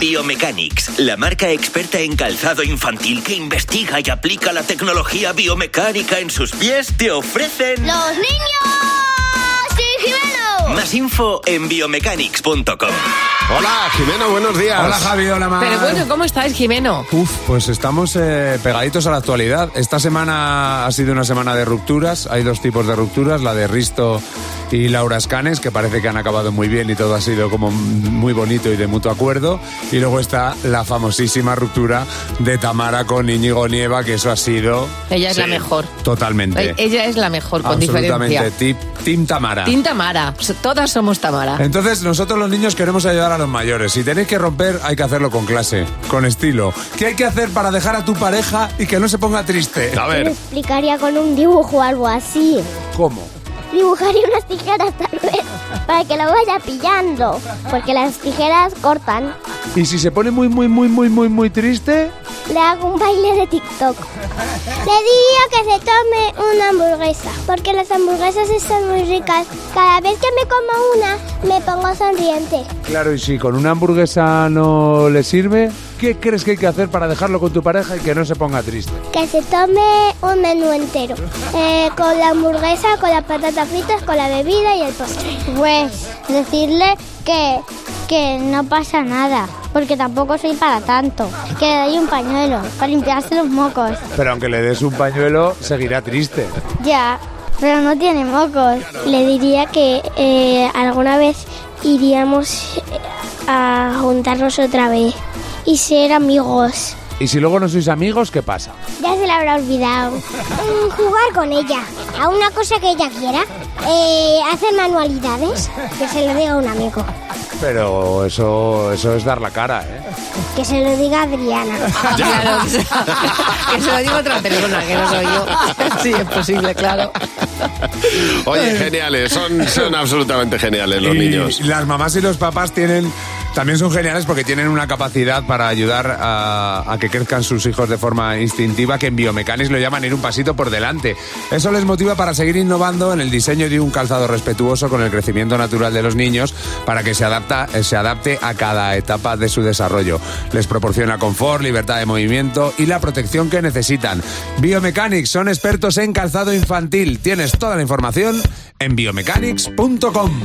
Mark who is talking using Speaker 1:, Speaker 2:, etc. Speaker 1: Biomechanics, la marca experta en calzado infantil que investiga y aplica la tecnología biomecánica en sus pies, te ofrecen
Speaker 2: ¡Los niños! ¡Jimeno!
Speaker 1: más info en biomechanics.com.
Speaker 3: Hola, Jimeno, buenos días.
Speaker 4: Hola Javi, hola Mar.
Speaker 5: Pero bueno, ¿cómo estáis, Jimeno?
Speaker 4: Uf, pues estamos eh, pegaditos a la actualidad. Esta semana ha sido una semana de rupturas. Hay dos tipos de rupturas, la de Risto y Laura Escanes, que parece que han acabado muy bien y todo ha sido como muy bonito y de mutuo acuerdo. Y luego está la famosísima ruptura de Tamara con Íñigo Nieva, que eso ha sido
Speaker 5: Ella es la mejor.
Speaker 4: totalmente.
Speaker 5: Ey, Ella es la mejor, con
Speaker 4: absolutamente.
Speaker 5: diferencia.
Speaker 4: Tip, Team Tamara.
Speaker 5: Tinta Mara. Todas somos Tamara.
Speaker 4: Entonces, nosotros los niños queremos ayudar a los mayores. Si tenéis que romper, hay que hacerlo con clase, con estilo. ¿Qué hay que hacer para dejar a tu pareja y que no se ponga triste?
Speaker 3: A
Speaker 2: Yo le
Speaker 3: ver,
Speaker 2: explicaría con un dibujo o algo así.
Speaker 4: ¿Cómo?
Speaker 2: Dibujaría unas tijeras tal vez para que lo vaya pillando. Porque las tijeras cortan.
Speaker 4: Y si se pone muy, muy, muy, muy, muy, muy triste,
Speaker 2: Le hago un baile de TikTok. Le digo que se tome una hamburguesa. Porque las hamburguesas están muy ricas. Cada vez que me como una, me pongo sonriente.
Speaker 4: claro, y si con una hamburguesa no le sirve, ¿qué crees que hay que hacer para dejarlo con tu pareja y que no se ponga triste?
Speaker 2: Que se tome un menú entero. eh, con la hamburguesa, con las patatas fritas, con la bebida y el postre. Pues decirle que, que no pasa nada. Porque tampoco soy para tanto. Que le doy un pañuelo para limpiarse los mocos.
Speaker 4: Pero aunque le des un pañuelo, seguirá triste.
Speaker 2: Ya, pero no tiene mocos. Le diría que eh, alguna vez iríamos eh, a juntarnos otra vez y ser amigos.
Speaker 4: Y si luego no sois amigos, ¿qué pasa?
Speaker 2: Ya se la habrá olvidado. Mm, jugar con ella. A una cosa que ella quiera. Eh, hacer manualidades. Que se lo diga a un amigo.
Speaker 4: Pero eso, eso es dar la cara, ¿eh?
Speaker 2: Que se lo diga a Adriana.
Speaker 5: Claro, que se- que se lo digo a otra persona, que no soy yo. Sí, es posible, claro.
Speaker 3: oye, geniales, son, son absolutamente geniales los
Speaker 4: Eh. Y
Speaker 3: niños.
Speaker 4: Las mamás y los papás tienen también son geniales porque tienen una capacidad para ayudar a, a que crezcan sus hijos de forma instintiva, que en biomecánics lo llaman ir un pasito por delante. Eso les motiva para seguir innovando en el diseño de un calzado respetuoso con el crecimiento natural de los niños para que se, adapta, eh, se adapte a cada etapa de su desarrollo. Les proporciona confort, libertad de movimiento y la protección que necesitan. Biomechanics son expertos en calzado infantil. Tienes toda la información en biomechanics.com.